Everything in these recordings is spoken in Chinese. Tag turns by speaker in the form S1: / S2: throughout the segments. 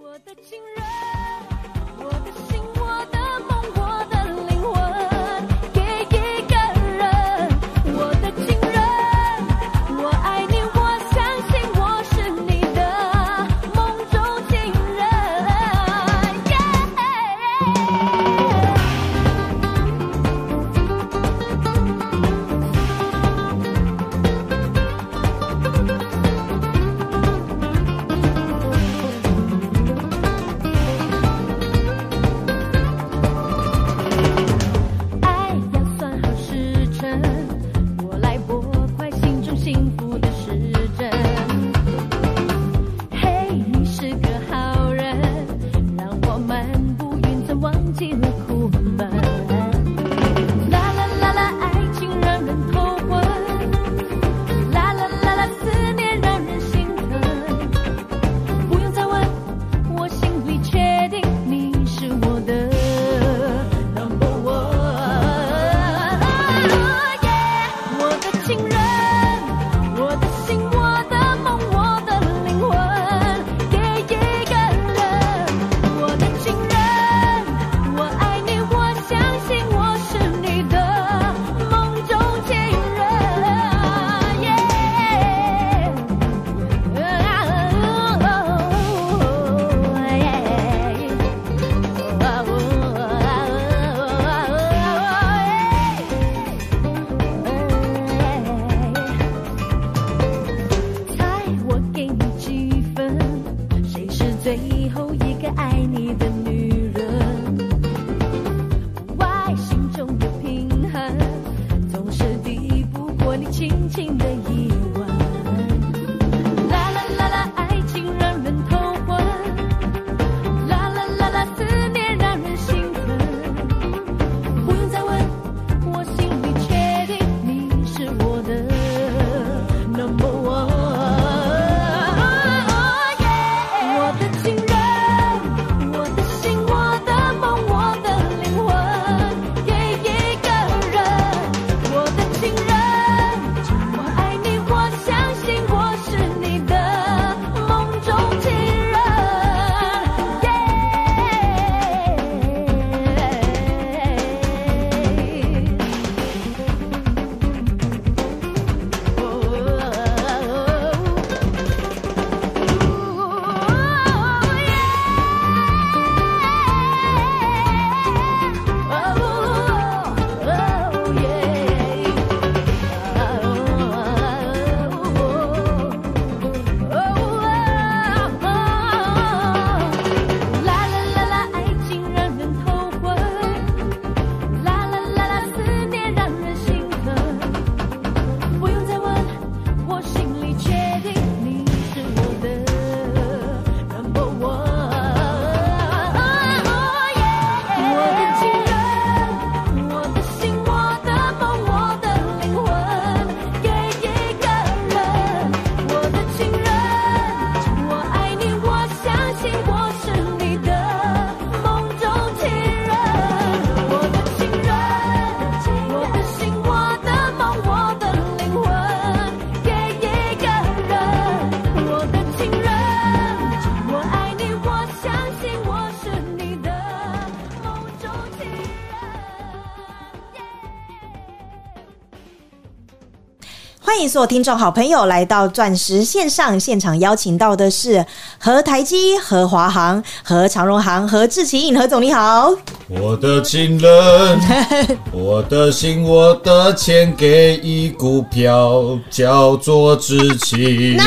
S1: 我的情人，我的心，我的梦，我的灵魂，给一个人。我的情人，我爱你，我相信我是你的梦中情人。Yeah 爱要算好时辰，我来拨快心中幸福的时针。嘿，你是个好人，让我们不晕船，忘记了苦闷。啦啦啦啦，爱情让人头昏，啦啦啦啦，思念让人心疼。不用再问，我心里确定你是我的 number one。我的情人，我的心，我的梦，我的灵魂，给一个人。我的情人，我爱你，我相信我是你的梦中情人。耶。猜我给你几分？谁是最后一个爱你的女人？外心中的平衡，总是抵不过你轻轻的一吻。啦啦啦啦，爱情让人头昏；啦啦啦啦，思念让人兴奋。不用再问，我心里确定你是我的 number one。我的情人，我的心，我
S2: 欢迎所有听众好朋友来到钻石线上现场，邀请到的是何台积、何华航、何长荣航、何志勤，何总你 好。
S3: 我的情 人，我的心，我的钱，给一股票叫做知情。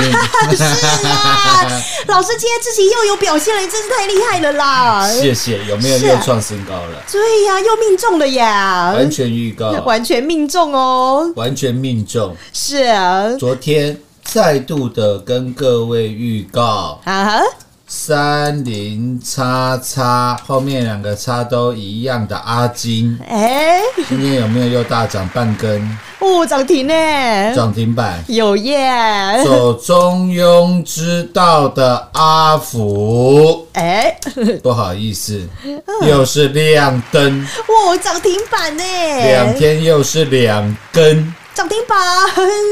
S2: 是 啊，老师今天志勤又有表现了，你真是太厉害了啦！
S3: 谢谢，有没有
S2: 是
S3: 又创新高了？
S2: 对呀、又命中了呀，
S3: 完全预告，
S2: 完全命中哦。
S3: 完全命中。
S2: 是啊，
S3: 昨天再度的跟各位预告，
S2: 啊哈，
S3: 三零叉叉后面两个叉都一样的阿金，
S2: 哎、
S3: 今天有没有又大涨半根
S2: 哦，涨停呢，
S3: 涨停板？
S2: 有耶！
S3: 走中庸之道的阿福，
S2: 哎、
S3: 不好意思，又是亮灯，
S2: 哇，涨停板呢，
S3: 两天又是两根，
S2: 涨停板，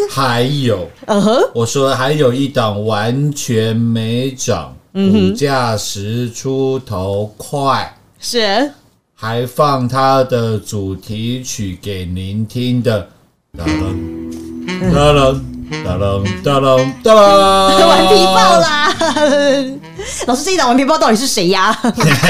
S3: 还有
S2: 嗯哼，
S3: 我说还有一档完全没涨，股价十出头快，
S2: 是
S3: 还放它的主题曲给您听的，哒楞哒楞哒楞哒楞 哒楞，
S2: 玩皮包 啦。 老师，这一档玩皮包到底是谁 呀、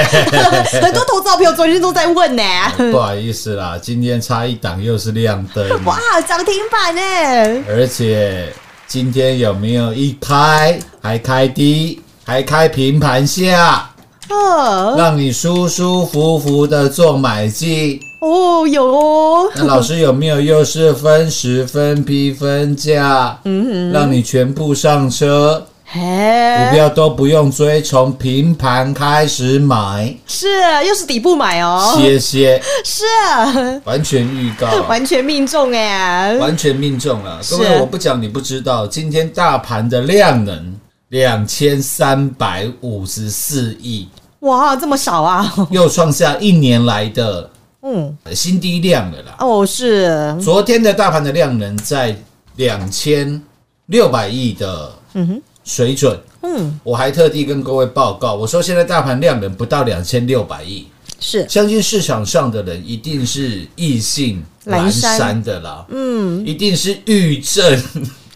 S2: 很多投资好朋友昨天都在问呢、
S3: 不好意思啦，今天差一档又是亮灯，
S2: 哇，涨停板呢？
S3: 而且今天有没有一开还开低，还开平盘下，
S2: 呃，
S3: 让你舒舒服服的做买进？
S2: 哦，有哦，
S3: 那老师有没有又是分时分批分价，让你全部上车，股
S2: 嗯哎，
S3: 票都不用追，从平盘开始买，
S2: 是，又是底部买哦，
S3: 谢谢，
S2: 是，
S3: 完全预 告啊。
S2: 完全命中哎、
S3: 完全命中了。
S2: 是
S3: 各位，我不讲你不知道，今天大盘的量能两千三百五十四亿，
S2: 哇，这么少啊？
S3: 又创下一年来的呃
S2: 嗯，
S3: 新低量了啦。
S2: 哦，是，
S3: 昨天的大盘的量能在两千六百亿的水准。
S2: 嗯，
S3: 我还特地跟各位报告，我说现在大盘量能不到两千六百亿，
S2: 是，
S3: 相信市场上的人一定是异性阑珊的啦，嗯，一定是欲症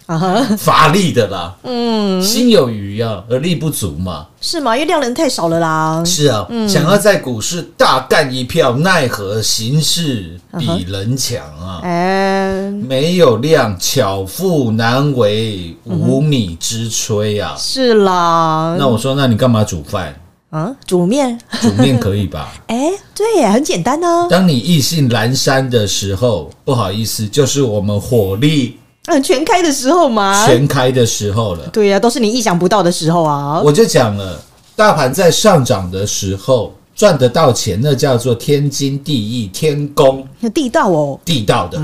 S2: 啊哈，
S3: 乏力的啦，
S2: 嗯，
S3: 心有余啊，而力不足嘛。
S2: 是吗？因为量人太少了啦。
S3: 是啊，
S2: 嗯
S3: 想要在股市大干一票，奈何形势比人强啊。
S2: 嗯哎，
S3: 没有量，巧妇难为无米之炊啊。
S2: 是啦。
S3: 那我说，那你干嘛煮饭？
S2: 啊，煮面，
S3: 煮面可以 吧？
S2: 哎，对耶，很简单哦呢、
S3: 当你意兴阑珊的时候，不好意思，就是我们火力
S2: 嗯，全开的时候嘛。
S3: 全开的时候了。
S2: 对呀、都是你意想不到的时候啊。
S3: 我就讲了，大盘在上涨的时候赚得到钱，那叫做天经地义、天公
S2: 地道哦，
S3: 地道的。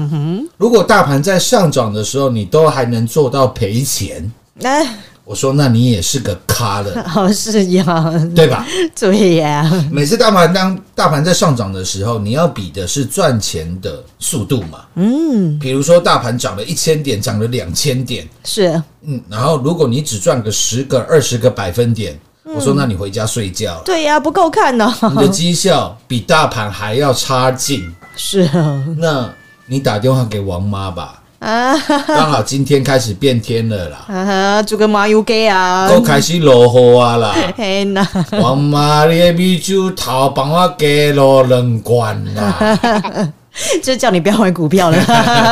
S3: 如果大盘在上涨的时候，你都还能做到赔钱，
S2: 哎，
S3: 我说那你也是个咖 了，
S2: 好是呀，
S3: 对吧？
S2: 对呀，
S3: 每次大盘当大盘在上涨的时候，你要比的是赚钱的速度嘛。嗯，比如说大盘涨了一千点，涨了两千点，
S2: 是
S3: 嗯，然后如果你只赚个十个、二十个百分点，我说那你回家睡觉了。
S2: 对呀、不够看呢、
S3: 你的绩效比大盘还要差劲，
S2: 是啊，
S3: 那你打电话给王妈吧，
S2: 啊哈哈
S3: 刚好今天开始变天 了啦，
S2: 啊哈，煮个麻油鸡啊，哎
S3: 都开始落雨啊啦。
S2: 嘿呐，
S3: 王妈，你的米酒头帮我加落两罐啦。
S2: 就叫你不要玩股票了。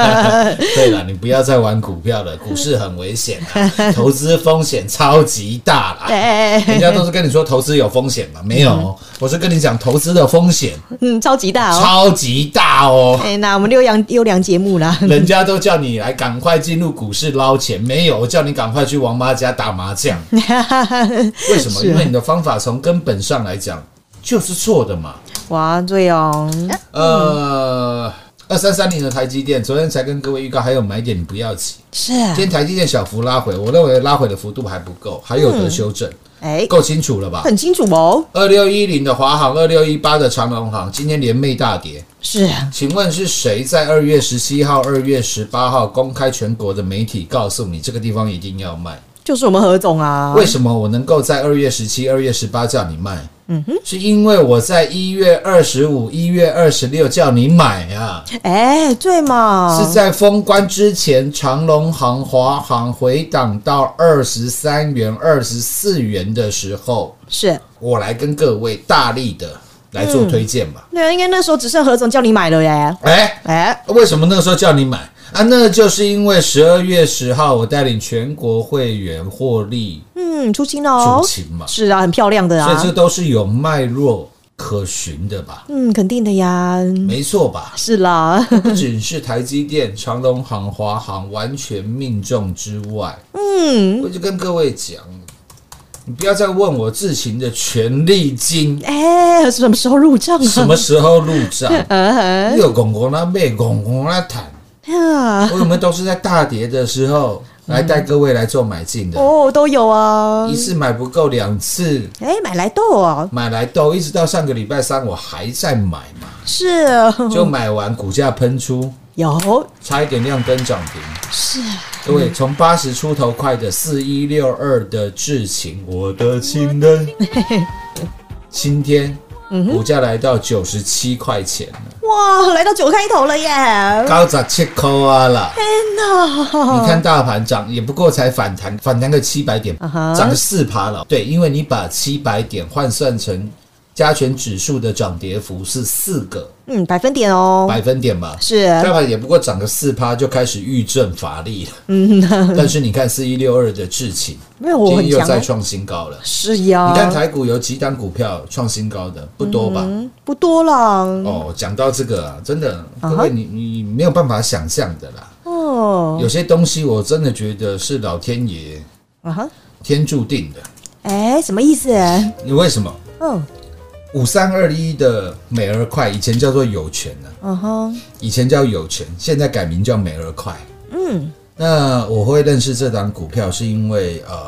S3: 对了，你不要再玩股票了，股市很危险啊，投资风险超级大 啦。
S2: 哎，
S3: 人家都是跟你说投资有风险嘛，没有哦，我是跟你讲投资的风险
S2: 嗯，超级大哦。
S3: 超级大哦。
S2: 哎，那我们六阳优良节目 啦，
S3: 人家都叫你来赶快进入股市捞钱，没有，我叫你赶快去王妈家打麻将。为什么？
S2: 是
S3: 因为你的方法从根本上来讲就是错的嘛。
S2: 哇，对哦，
S3: 呃，二三三零的台积电，昨天才跟各位预告，还有买点你不要急。
S2: 是，
S3: 今天台积电小幅拉回，我认为拉回的幅度还不够，还有得修正，
S2: 哎，
S3: 够清楚了吧？
S2: 很清楚哦，
S3: 二六一零的华航，二六一八的长荣航，今天连袂大跌。
S2: 是
S3: 请问是谁在二月十七号、二月十八号公开全国的媒体告诉你这个地方一定要卖？
S2: 就是我们何总啊，
S3: 为什么我能够在二月十七、二月十八叫你卖？嗯哼，是因为我在一月二十五、一月二十六叫你买啊，
S2: 哎，对嘛，
S3: 是在封关之前，长隆行、华航回档到二十三元、二十四元的时候，
S2: 是
S3: 我来跟各位大力的来做推荐吧。
S2: 对啊，应该那时候只剩何总叫你买了耶，
S3: 哎、
S2: 哎，
S3: 为什么那时候叫你买啊？那就是因为十二月十号我带领全国会员获利
S2: 嗯，出清了哦
S3: 出，清嘛，
S2: 是啊，很漂亮的
S3: 所以
S2: 啊
S3: 这，都是有脉络可循的吧？
S2: 嗯，肯定的呀，
S3: 没错吧？
S2: 是啦，
S3: 不仅是台积电、 长隆行、华航完全命中之外，
S2: 嗯，
S3: 我就跟各位讲，你不要再问我智勤的权利金
S2: 哎，什么时候入账啊？
S3: 什么时候入 账，
S2: 呃？
S3: 又拱拱那妹，拱拱 那谈，
S2: 啊，
S3: 我们都是在大跌的时候来带各位来做买进
S2: 嗯
S3: 的，
S2: 哦，都有啊
S3: 一，次买不够，两次
S2: 哎，买来豆哦，
S3: 买来斗，一直到上个礼拜三我还在买嘛，
S2: 是
S3: 就买完股价喷出，
S2: 有
S3: 差一点亮灯涨停。
S2: 是啊
S3: 各位，从八十出头快的四一六二的智勤，我的情人， 今天
S2: 嗯
S3: 股价来到九十七块钱了，
S2: 哇，来到九开头了耶！
S3: 高涨七块啊啦！
S2: 天哪，
S3: 你看大盘涨也不过才反弹，反弹个七百点，
S2: 啊哈
S3: 涨四趴了。对，因为你把七百点换算成加权指数的涨跌幅是四个
S2: 嗯，百分点哦，
S3: 百分点吧，
S2: 是
S3: 大盘也不过涨个四趴就开始遇震乏力了。 但是你看四一六二的智勤，
S2: 嗯没有我
S3: 今
S2: 很
S3: 天又
S2: 强
S3: 在
S2: 啊，
S3: 创新高了。
S2: 是呀，
S3: 你看台股有几档股票创新高的不多吧？
S2: 嗯不多了，
S3: 哦，讲到这个啊，真的，
S2: 啊
S3: 各
S2: 哈
S3: 位你你没有办法想象的啦。
S2: 哦，
S3: 有些东西我真的觉得是老天爷
S2: 啊哈，
S3: 天注定的。
S2: 哎，什么意思？
S3: 你为什么？
S2: 嗯，
S3: 五三二一的美而快，以前叫做有权呢、
S2: 嗯哼，
S3: 以前叫有权，现在改名叫美而快。
S2: 嗯，
S3: 那我会认识这档股票，是因为呃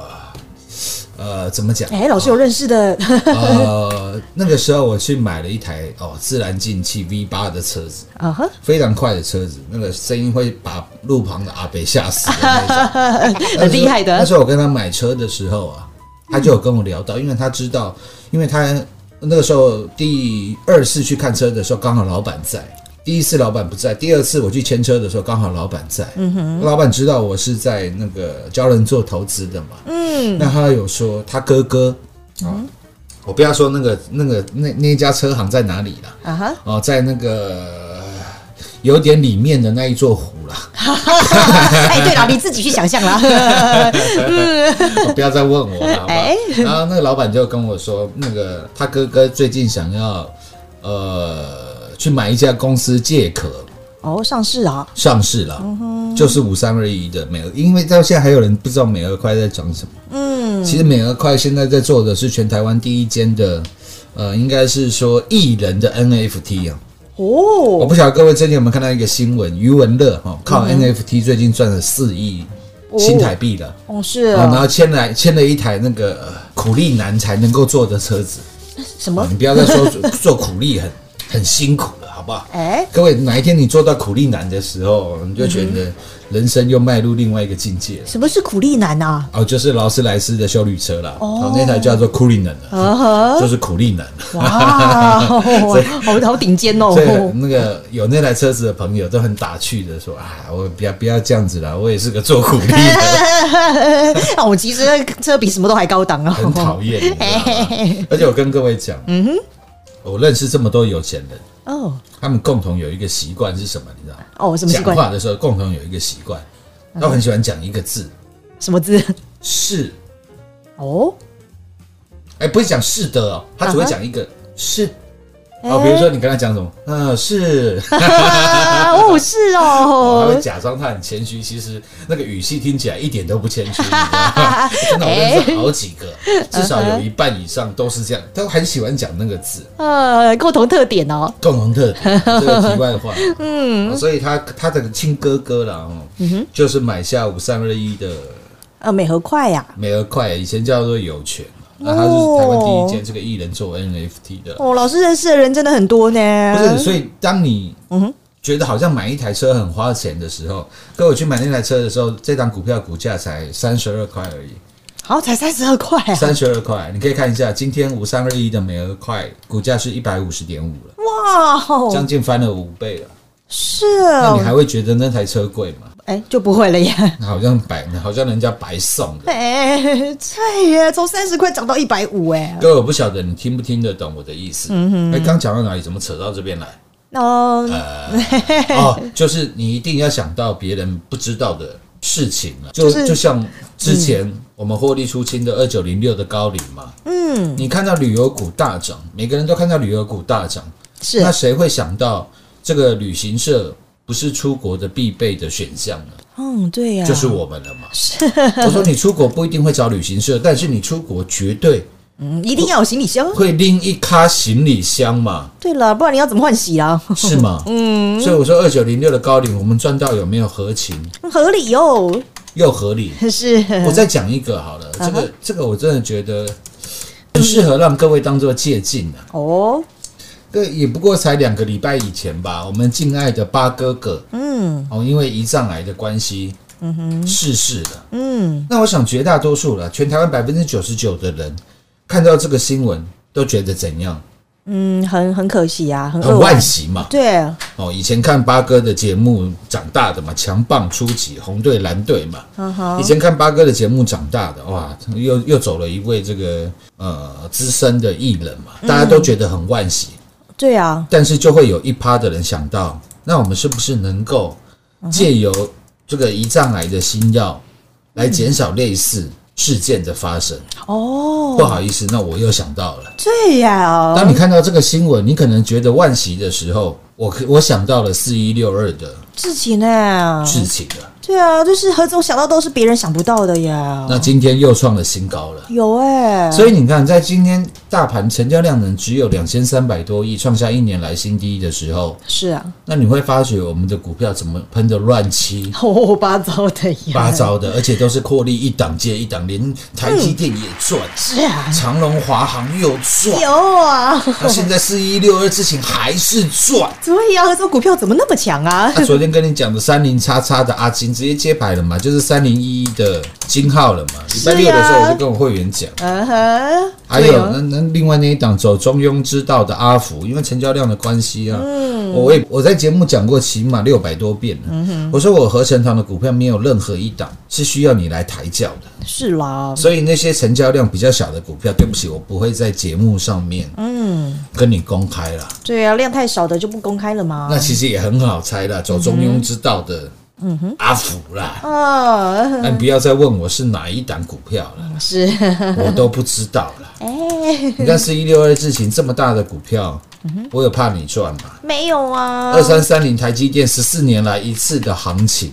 S3: 呃，怎么讲？
S2: 哎，老师有认识的，
S3: 呃，那个时候我去买了一台哦自然进气 V 八的车子，
S2: 啊哈，
S3: 非常快的车子，那个声音会把路旁的阿北吓死的那种，
S2: 很厉害的
S3: 那时候那时候我跟他买车的时候啊，他就有跟我聊到，
S2: 嗯
S3: 因为他知道，因为他那个时候第二次去看车的时候，刚好老板在。第一次老板不在，第二次我去签车的时候，刚好老板在。嗯哼，老板知道我是在那个教人做投资的嘛。嗯，那他有说他哥哥啊、
S2: 嗯
S3: 我不要说那个那个那那一家车行在哪里啦。
S2: 啊哈，
S3: 哦，在那个呃有点里面的那一座湖啦，
S2: 哎，对了，你自己去想象啦，
S3: 哦不要再问 我了，好不好
S2: 哎？
S3: 然后那个老板就跟我说，那个他哥哥最近想要呃去买一家公司借壳
S2: 哦，上市啊，
S3: 上市了，就是五三二一的美俄，因为到现在还有人不知道美俄快在涨什么。
S2: 嗯，
S3: 其实美俄快现在在做的是全台湾第一间的。呃，应该是说艺人的 NFT 啊，我
S2: 哦，
S3: 不晓得各位最近有没有看到一个新闻，余文乐哈、
S2: 嗯
S3: 靠 NFT 最近赚了四亿新台币了，
S2: 哦是
S3: 啊然
S2: 啊，
S3: 后签来签了一台那个呃苦力男才能够坐的车子，
S2: 什么
S3: 啊？你不要再说 做做苦力很很辛苦了，好不好？
S2: 哎，
S3: 各位，哪一天你做到苦力男的时候，你就觉得人生又迈入另外一个境界了。
S2: 什么是苦力男啊？
S3: 哦，就是劳斯莱斯的修理车啦，哦，那台叫做苦力男
S2: 啊
S3: 了，
S2: 哈，
S3: 就是苦力男了。
S2: 哇，好好顶尖哦
S3: 所以，那个有那台车子的朋友都很打趣的说：“啊，我不要不要这样子啦，我也是个做苦力 的，
S2: 啊，我其实这比什么都还高档啊，
S3: 很讨厌。你知道 吗”而且我跟各位讲，嗯哼，我认识这么多有钱人，
S2: 哦
S3: 他们共同有一个习惯是什么？你知道吗？
S2: 哦，什么习
S3: 讲话
S2: 惯？嗯
S3: 的时候共同有一个习惯，都很喜欢讲一个字
S2: 什么字？
S3: “是
S2: 哦，”，
S3: 哎，不是讲“是的”哦，他只会讲一个“是”。哦，
S2: 哎
S3: 比如说你跟他讲什么，嗯，是，
S2: 啊，哦是
S3: 他
S2: 哦
S3: 会，假装他很谦虚，其实那个语气听起来一点都不谦 虚。你知道吗
S2: 哎
S3: 真的，我认识好几个，
S2: 嗯
S3: 至少有一半以上都是这样，都很喜欢讲那个字，
S2: 呃，共同特点哦，
S3: 共同 特点。这个题外话，嗯，所以他他的亲哥哥啦，哦，就是买下五三二一的
S2: 呃，美和快呀，
S3: 美而快，以前叫做有权嘛，那他是台湾第一间这个艺人做 NFT 的啦，
S2: 哦，老师认识的人真的很多呢，
S3: 不是，所以当你
S2: 嗯
S3: 觉得好像买一台车很花钱的时候，跟我去买那台车的时候，这档股票股价才三十二块而已。
S2: 然后才三十二块啊！
S3: 三十二块，你可以看一下，今天五三二一的美俄块股价是一百五十点五了，
S2: 哇
S3: 将
S2: 哦，
S3: 近翻了五倍了。
S2: 是
S3: 那你还
S2: 哦，
S3: 会觉得那台车贵吗？
S2: 哎、就不会了耶。
S3: 好像白，好像人家白送的。
S2: 哎、对耶，从三十块涨到一百五，哎，
S3: 各位，我不晓得你听不听得懂我的意思。
S2: 嗯
S3: 哎、刚讲到哪里？怎么扯到这边来？呃
S2: 哦，
S3: 哦，就是你一定要想到别人不知道的事情了，就
S2: 就是
S3: 就像之前我们获利出清的二九零六的高龄嘛，
S2: 嗯，
S3: 你看到旅游股大涨，每个人都看到旅游股大涨，
S2: 是
S3: 那谁会想到这个旅行社不是出国的必备的选项呢？
S2: 嗯，对呀、
S3: 就是我们了嘛。我说你出国不一定会找旅行社，但是你出国绝对
S2: 嗯，一定要有行李箱。
S3: 会拎一咖行李箱 嘛，
S2: 对了，不然你要怎么换洗啊？
S3: 是吗？嗯。所以我说二九零六的高龄，我们赚到有没有合情
S2: 合理哦，
S3: 又合理？
S2: 是
S3: 我再讲一个好了，这个这个我真的觉得很适合让各位当做借鉴啊。
S2: 哦，
S3: 这也不过才两个礼拜以前吧，我们敬爱的八哥哥，
S2: 嗯
S3: 哦，因为胰脏癌的关系，嗯哼，逝世了。
S2: 嗯，
S3: 那我想绝大多数了，全台湾百分之九十九的人看到这个新闻都觉得怎样？
S2: 嗯，很很可惜啊，很
S3: 很
S2: 扼腕
S3: 惋惜嘛。
S2: 对，
S3: 哦，以前看八哥的节目长大的嘛，强棒出击，红队蓝队嘛。
S2: 嗯哼
S3: 以，前看八哥的节目长大的，哇，又又走了一位这个呃资深的艺人
S2: 嗯
S3: 嘛，大家都觉得很惋惜。
S2: 对啊，
S3: 但是就会有一趴的人想到，那我们是不是能够借由这个胰脏癌的新药来减少类似事件的发生？不
S2: 哦，
S3: 好意思，那我又想到了，
S2: 对呀、
S3: 当你看到这个新闻，你可能觉得惋惜的时候，我可我想到了四一六二的
S2: 自己呢，
S3: 事情了。
S2: 对啊，就是何总想到都是别人想不到的呀，
S3: 那今天又创了新高了。
S2: 有哎、
S3: 所以你看，在今天大盘成交量能只有两千三百多亿，创下一年来新低的时候，
S2: 是啊，
S3: 那你会发觉我们的股票怎么喷的乱七
S2: 哦，八糟的呀，
S3: 八糟的，而且都是获利一档接一档，连台积电也赚，
S2: 是啊，
S3: 长隆、华航又 赚，
S2: 有 啊，
S3: 那现在四一六二之前还是赚。
S2: 对呀、啊，何总股票怎么那么强 啊？
S3: 那昨天跟你讲的三零叉叉的阿金直接揭牌了嘛，就是三零一一的金号了嘛。礼拜六的时候我就跟我会员讲，
S2: 嗯哼，啊
S3: 还有那那另外那一档走中庸之道的阿福，因为成交量的关系啊，我也我在节目讲过起码六百多遍了。我说我合成堂的股票没有任何一档是需要你来抬轿的。
S2: 是啦，
S3: 所以那些成交量比较小的股票，对不起，我不会在节目上面
S2: 嗯，
S3: 跟你公开啦。
S2: 对啊，量太少的就不公开了嘛。
S3: 那其实也很好猜啦，走中庸之道的阿福
S2: 哦
S3: 啦。
S2: 啊，
S3: 但不要再问我是哪一档股票了，
S2: 是，哎
S3: 我都不知道了。你看四一六二智勤这么大的股票，我有怕你赚吗？
S2: 没有啊，
S3: 二三三零台积电十四年来一次的行情，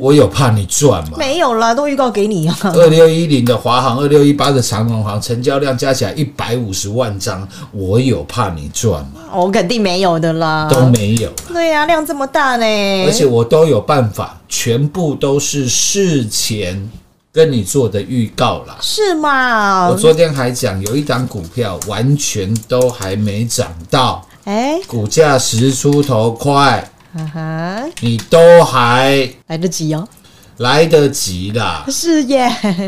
S3: 我有怕你赚吗？
S2: 没有啦，都预告给 你啊。
S3: 二六一零的华航，二六一八的长荣航，成交量加起来一百五十万张，我有怕你赚吗？
S2: 我哦肯定没有的啦，
S3: 都没有，
S2: 对呀、啊，量这么大呢，
S3: 而且我都有办法，全部都是事前跟你做的预告啦。
S2: 是嘛
S3: 我？昨天还讲，有一档股票完全都还没涨到，
S2: 哎，
S3: 股价十出头快，
S2: 哈哈，
S3: 你都还
S2: 来得及哦。
S3: 来得及啦。
S2: 是耶，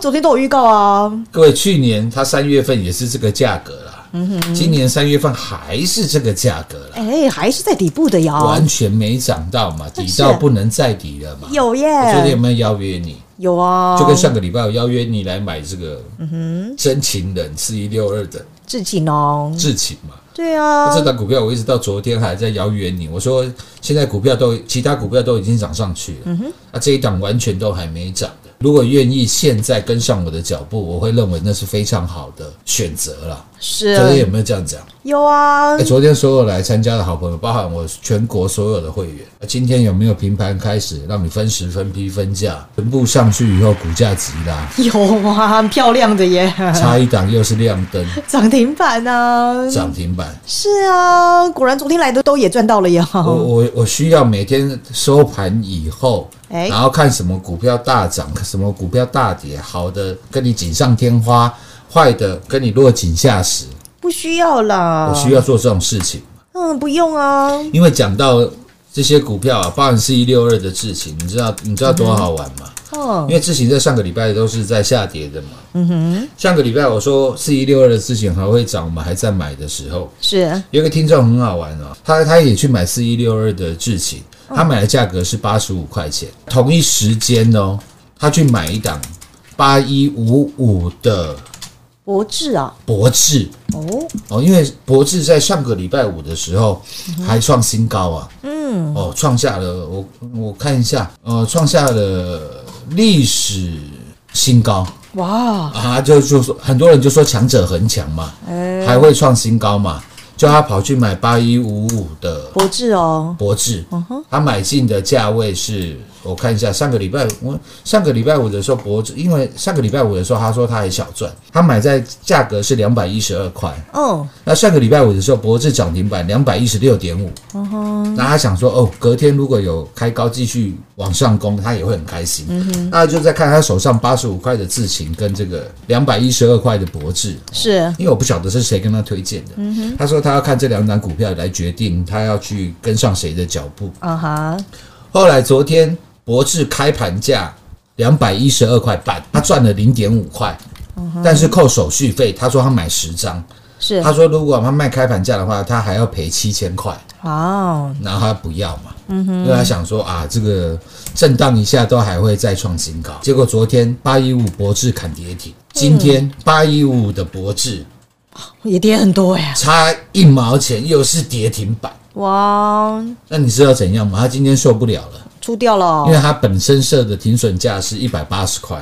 S2: 昨天都有预告啊。
S3: 各位，去年它三月份也是这个价格啦，今年三月份还是这个价格啦，
S2: 哎，还是在底部的呀，
S3: 完全没涨到嘛，底
S2: 哦是
S3: 到不能再底了嘛。
S2: 有耶，
S3: 我昨天有没有邀约你？
S2: 有啊，
S3: 就跟上个礼拜我邀约你来买这个
S2: 嗯
S3: 真情人四一六二的
S2: 志勤哦，
S3: 智勤嘛。
S2: 对啊
S3: 这，档股票我一直到昨天还在邀约你，我说现在股票都其他股票都已经涨上去
S2: 嗯
S3: 了，啊这一档完全都还没涨的。如果愿意现在跟上我的脚步，我会认为那是非常好的选择啦。昨天
S2: 是
S3: 有
S2: 啊
S3: 没有这样讲？
S2: 有啊
S3: 哎，，昨天所有来参加的好朋友，包含我全国所有的会员，今天有没有平盘开始让你分时、分批、分价，全部上去以后股价急拉，
S2: 有啊，很漂亮的耶，
S3: 差一档又是亮灯
S2: 涨停板啊，
S3: 涨停板。
S2: 是啊，果然昨天来的都也赚到了呀。
S3: 我我我需要每天收盘以后，
S2: 哎
S3: 然后看什么股票大涨，什么股票大跌，好的跟你锦上添花，坏的跟你落井下石。
S2: 不需要啦，
S3: 我需要做这种事情，
S2: 嗯，不用啊，
S3: 因为讲到这些股票啊，包含四一六二的事情，你知道你知道多好玩吗？
S2: 哦
S3: 因为自行车上个礼拜都是在下跌的嘛。嗯哼，上个礼拜我说四一六二的自行还会涨，我们还在买的时候，
S2: 是
S3: 有一个听众很好玩哦，他他也去买四一六二的智勤，他买的价格是八十五块钱，同一时间哦，他去买一档八一五五的
S2: 博智啊，
S3: 博智
S2: 哦，
S3: 哦，因为博智在上个礼拜五的时候还创新高啊，嗯，哦，创下了我我看一下，呃，创下了历史新高。
S2: 哇，
S3: 啊，就就说很多人就说强者恒强嘛，还会创新高嘛，就他跑去买八一五五的
S2: 博智哦，
S3: 博智，他买进的价位是，我看一下，上个礼拜我上个礼拜五的时候博智，因为上个礼拜五的时候他说他还小赚，他买在价格是两百一十二块，
S2: 嗯，
S3: 那上个礼拜五的时候博智涨停板两百一十六点五，那他想说哦，隔天如果有开高继续往上攻，他也会很开心，那就再看他手上八十五块的智勤跟这个两百一十二块的博智，
S2: 是
S3: 因为我不晓得是谁跟他推荐的，他说他要看这两档股票来决定他要去跟上谁的脚步。
S2: 啊哈，
S3: 后来昨天博智开盘价两百一十二块半，他赚了零点五块，但是扣手续费，他说他买十张，
S2: 是
S3: 他说如果他卖开盘价的话，他还要赔七千块，
S2: 哦，
S3: 然后他不要嘛，
S2: 嗯
S3: 因为他想说啊，这个震荡一下都还会再创新高。结果昨天八一五博智砍跌
S2: 嗯
S3: 停，今天八一五的博智
S2: 也跌很多呀，
S3: 差一毛钱又是跌停板，
S2: 哇，
S3: 那你知道怎样吗？他今天受不了了。
S2: 出掉了
S3: 因为
S2: 哦，嗯
S3: 它本身设的停损价是一百八十块，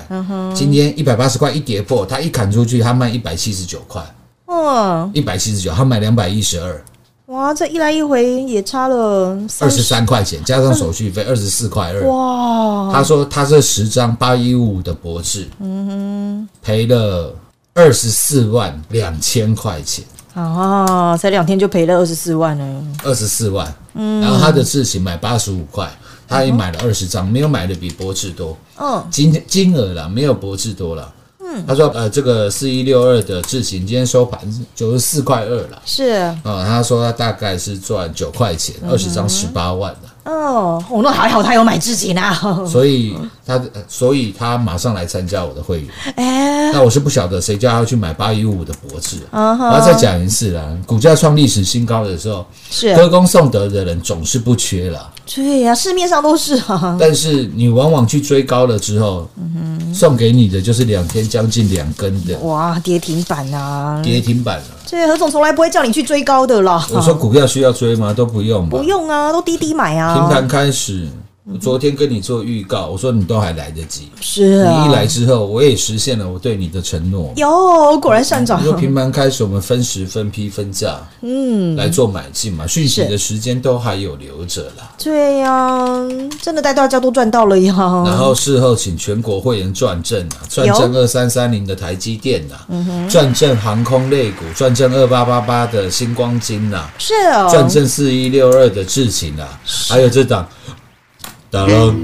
S3: 今天一百八十块一跌破，它一砍出去，它卖一百七十九块，
S2: 嗯，
S3: 一百七十九，它卖两百一十二，
S2: 哇，这一来一回也差了三
S3: 二十，三块钱，加上手续费二十四块二。
S2: 哇，
S3: 他说他这十张八一五的博智，赔了二十四万两千块钱，
S2: 啊，才两天就赔了二十四万呢，
S3: 二十四万，然后他的智行买八十五块，他也买了二十张，没有买的比博智多。
S2: 嗯，
S3: 金金额啦，没有博智多啦。嗯，他说呃，这个四一六二的智行今天收盘九十四块二啦。
S2: 是，
S3: 啊、他说他大概是赚九块钱，二十张十八万啦。
S2: 哦，哦，那还好他有买自己呢，
S3: 所以他呃所以他马上来参加我的会员。
S2: 哎，
S3: 那我是不晓得谁叫他要去买八一五的博智、啊
S2: 嗯哼
S3: 我要再讲一次啦，股价创历史新高的时候，
S2: 是，
S3: 歌功颂德的人总是不缺啦。
S2: 对呀，市面上都是啊，
S3: 但是你往往去追高了之后，送给你的就是两天将近两根的
S2: 嗯哇，跌停板啊，
S3: 跌停板了。
S2: 对，何总从来不会叫你去追高的啦，
S3: 我说股票需要追吗？都不用吧。
S2: 哦不。用啊，都滴滴买
S3: 平
S2: 啊，
S3: 盘开始，我昨天跟你做预告，我说你都还来得及。
S2: 是
S3: 你
S2: 啊，
S3: 一来之后，我也实现了我对你的承诺。
S2: 有，果然善长
S3: 你，说 平盘开始，我们分时、分批、分价，嗯，来做买进嘛。讯息
S2: 是
S3: 的时间都还有留着啦。
S2: 对呀、真的带大家都赚到了呀，
S3: 然后事后请全国会员转正啊，转正二三三零的台积电啊，
S2: 嗯
S3: 转正航空类股，转正二八八八的星光金啊，
S2: 是哦，
S3: 转正四一六二的智勤啊，还有这档，哒啷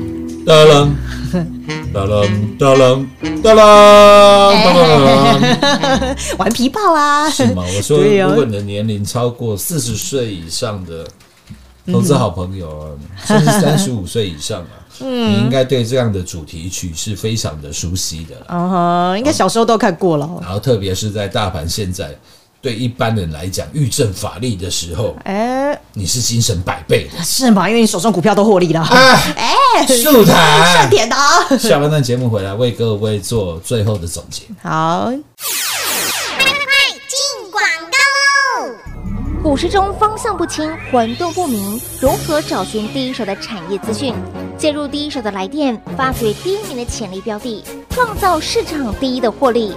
S3: 哒啷 哒啷哒啷哒啷
S2: 哎
S3: 哒啷，
S2: 玩皮炮啊，
S3: 是吗？我说，
S2: 对呀
S3: 如果你的年龄超过四十岁以上的
S2: 嗯
S3: 投资好朋友啊，甚至三十五岁以上啊，
S2: 嗯
S3: 你应该对这样的主题曲是非常的熟悉的啦。
S2: 嗯哼，应该小时候都看过了。
S3: 然后，特别是在大盘现在对一般人来讲欲振乏力的时候，
S2: 哎、
S3: 你是精神百倍的。
S2: 是嘛？因为你手上股票都获利了，
S3: 哎，素
S2: 算
S3: 谈。
S2: 甜的啊。
S3: 下半段节目回来为各位做最后的总结。
S2: 好，
S4: 进广告喽！股市中方向不清、混沌不明，如何找寻第一手的产业资讯？介入第一手的来电，发掘第一名的潜力标的，创造市场第一的获利。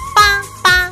S4: 八八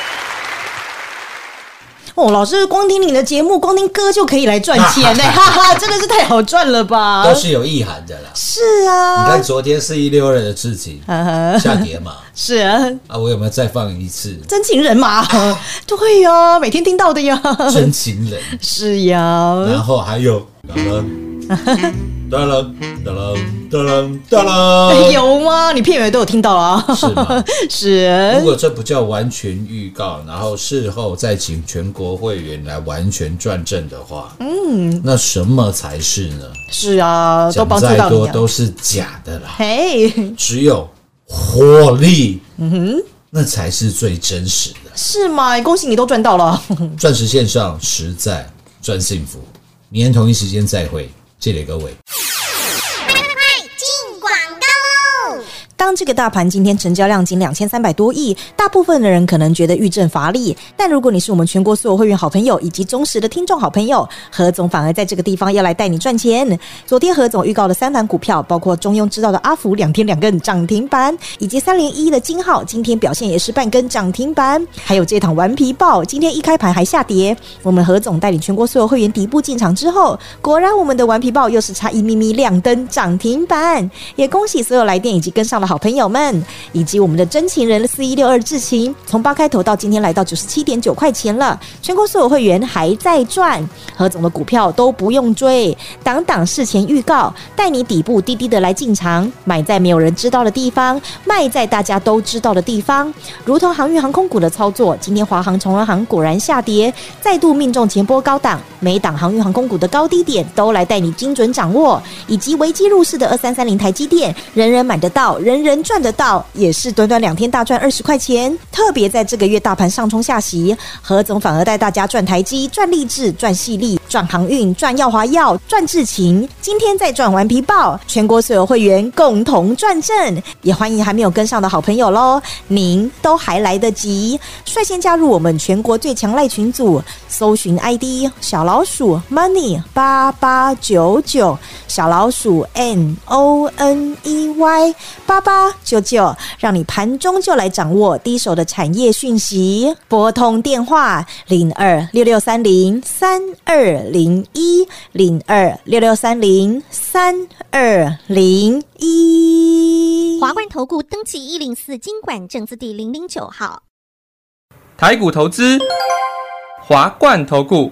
S2: 哦，老师，光听你的节目，光听歌就可以来赚钱呢、哈哈，真的是太好赚了吧？
S3: 啊 都是有意涵的啦。
S2: 是
S3: 你
S2: 啊，
S3: 看昨天是一六二的事情，
S2: 呃
S3: 下跌嘛，
S2: 是啊，
S3: 啊，我有没有再放一次？
S2: 真情人 嘛，对呀、每天听到的呀，
S3: 真情人，
S2: 是呀、
S3: 然后还有哒楞哒楞哒楞哒楞哒楞，
S2: 哎有吗？你片尾都有听到啊，
S3: 是吗？如
S2: 是啊
S3: 果这不叫完全预告，然后事后再请全国会员来完全转正的话，嗯，那什么才是呢？
S2: 是啊，都
S3: 讲
S2: 帮助
S3: 再
S2: 到
S3: 多
S2: 你啊，
S3: 都是假的啦，
S2: 嘿，
S3: 只有火力，嗯哼，那才是最真实的。
S2: 是吗？恭喜你都赚到了，
S3: 钻石线上实在赚幸福，明天同一时间再会，谢谢各位。
S4: 进广告喽！
S2: 当这个大盘今天成交量仅两千三百多亿，大部分的人可能觉得遇震乏力。但如果你是我们全国所有会员好朋友以及忠实的听众好朋友，何总反而在这个地方要来带你赚钱。昨天何总预告了三档股票，包括中庸之道的阿福两天两根涨停板，以及三零一的金浩今天表现也是半根涨停板，还有这档顽皮豹今天一开盘还下跌。我们何总带领全国所有会员底部进场之后，果然我们的顽皮豹又是差一咪咪亮灯涨停板，也恭喜所有来电以及跟上的好朋友们，以及我们的真情人四一六二智勤，从八开头到今天来到九十七点九块钱了，全国所有会员还在赚，何总的股票都不用追，档档事前预告，带你底部低低的来进场，买在没有人知道的地方，卖在大家都知道的地方，如同航运航空股的操作，今天华航、长荣航果然下跌，再度命中前波高档，每档航运航空股的高低点都来带你精准掌握，以及危机入市的二三三零台积电，人人买得到，人人赚得到，也是短短两天大赚二十块钱。特别在这个月大盘上冲下袭，何总反而带大家赚台积、赚励志、赚细粒、赚航运、赚耀华药、赚智勤，今天再赚顽皮豹，全国所有会员共同赚正，也欢迎还没有跟上的好朋友喽，您都还来得及，率先加入我们全国最强赖群组，搜寻 ID 小老鼠 money 八八九九，小老鼠 n o n e y 八八九九，让你盘中就来掌握第一手的产业讯息。拨通电话零二六六三零三二零一零二六六三零三二零一。
S4: 华冠投顾登记一零四经管证字第零零九号。
S5: 台股投资，华冠投顾。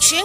S6: 全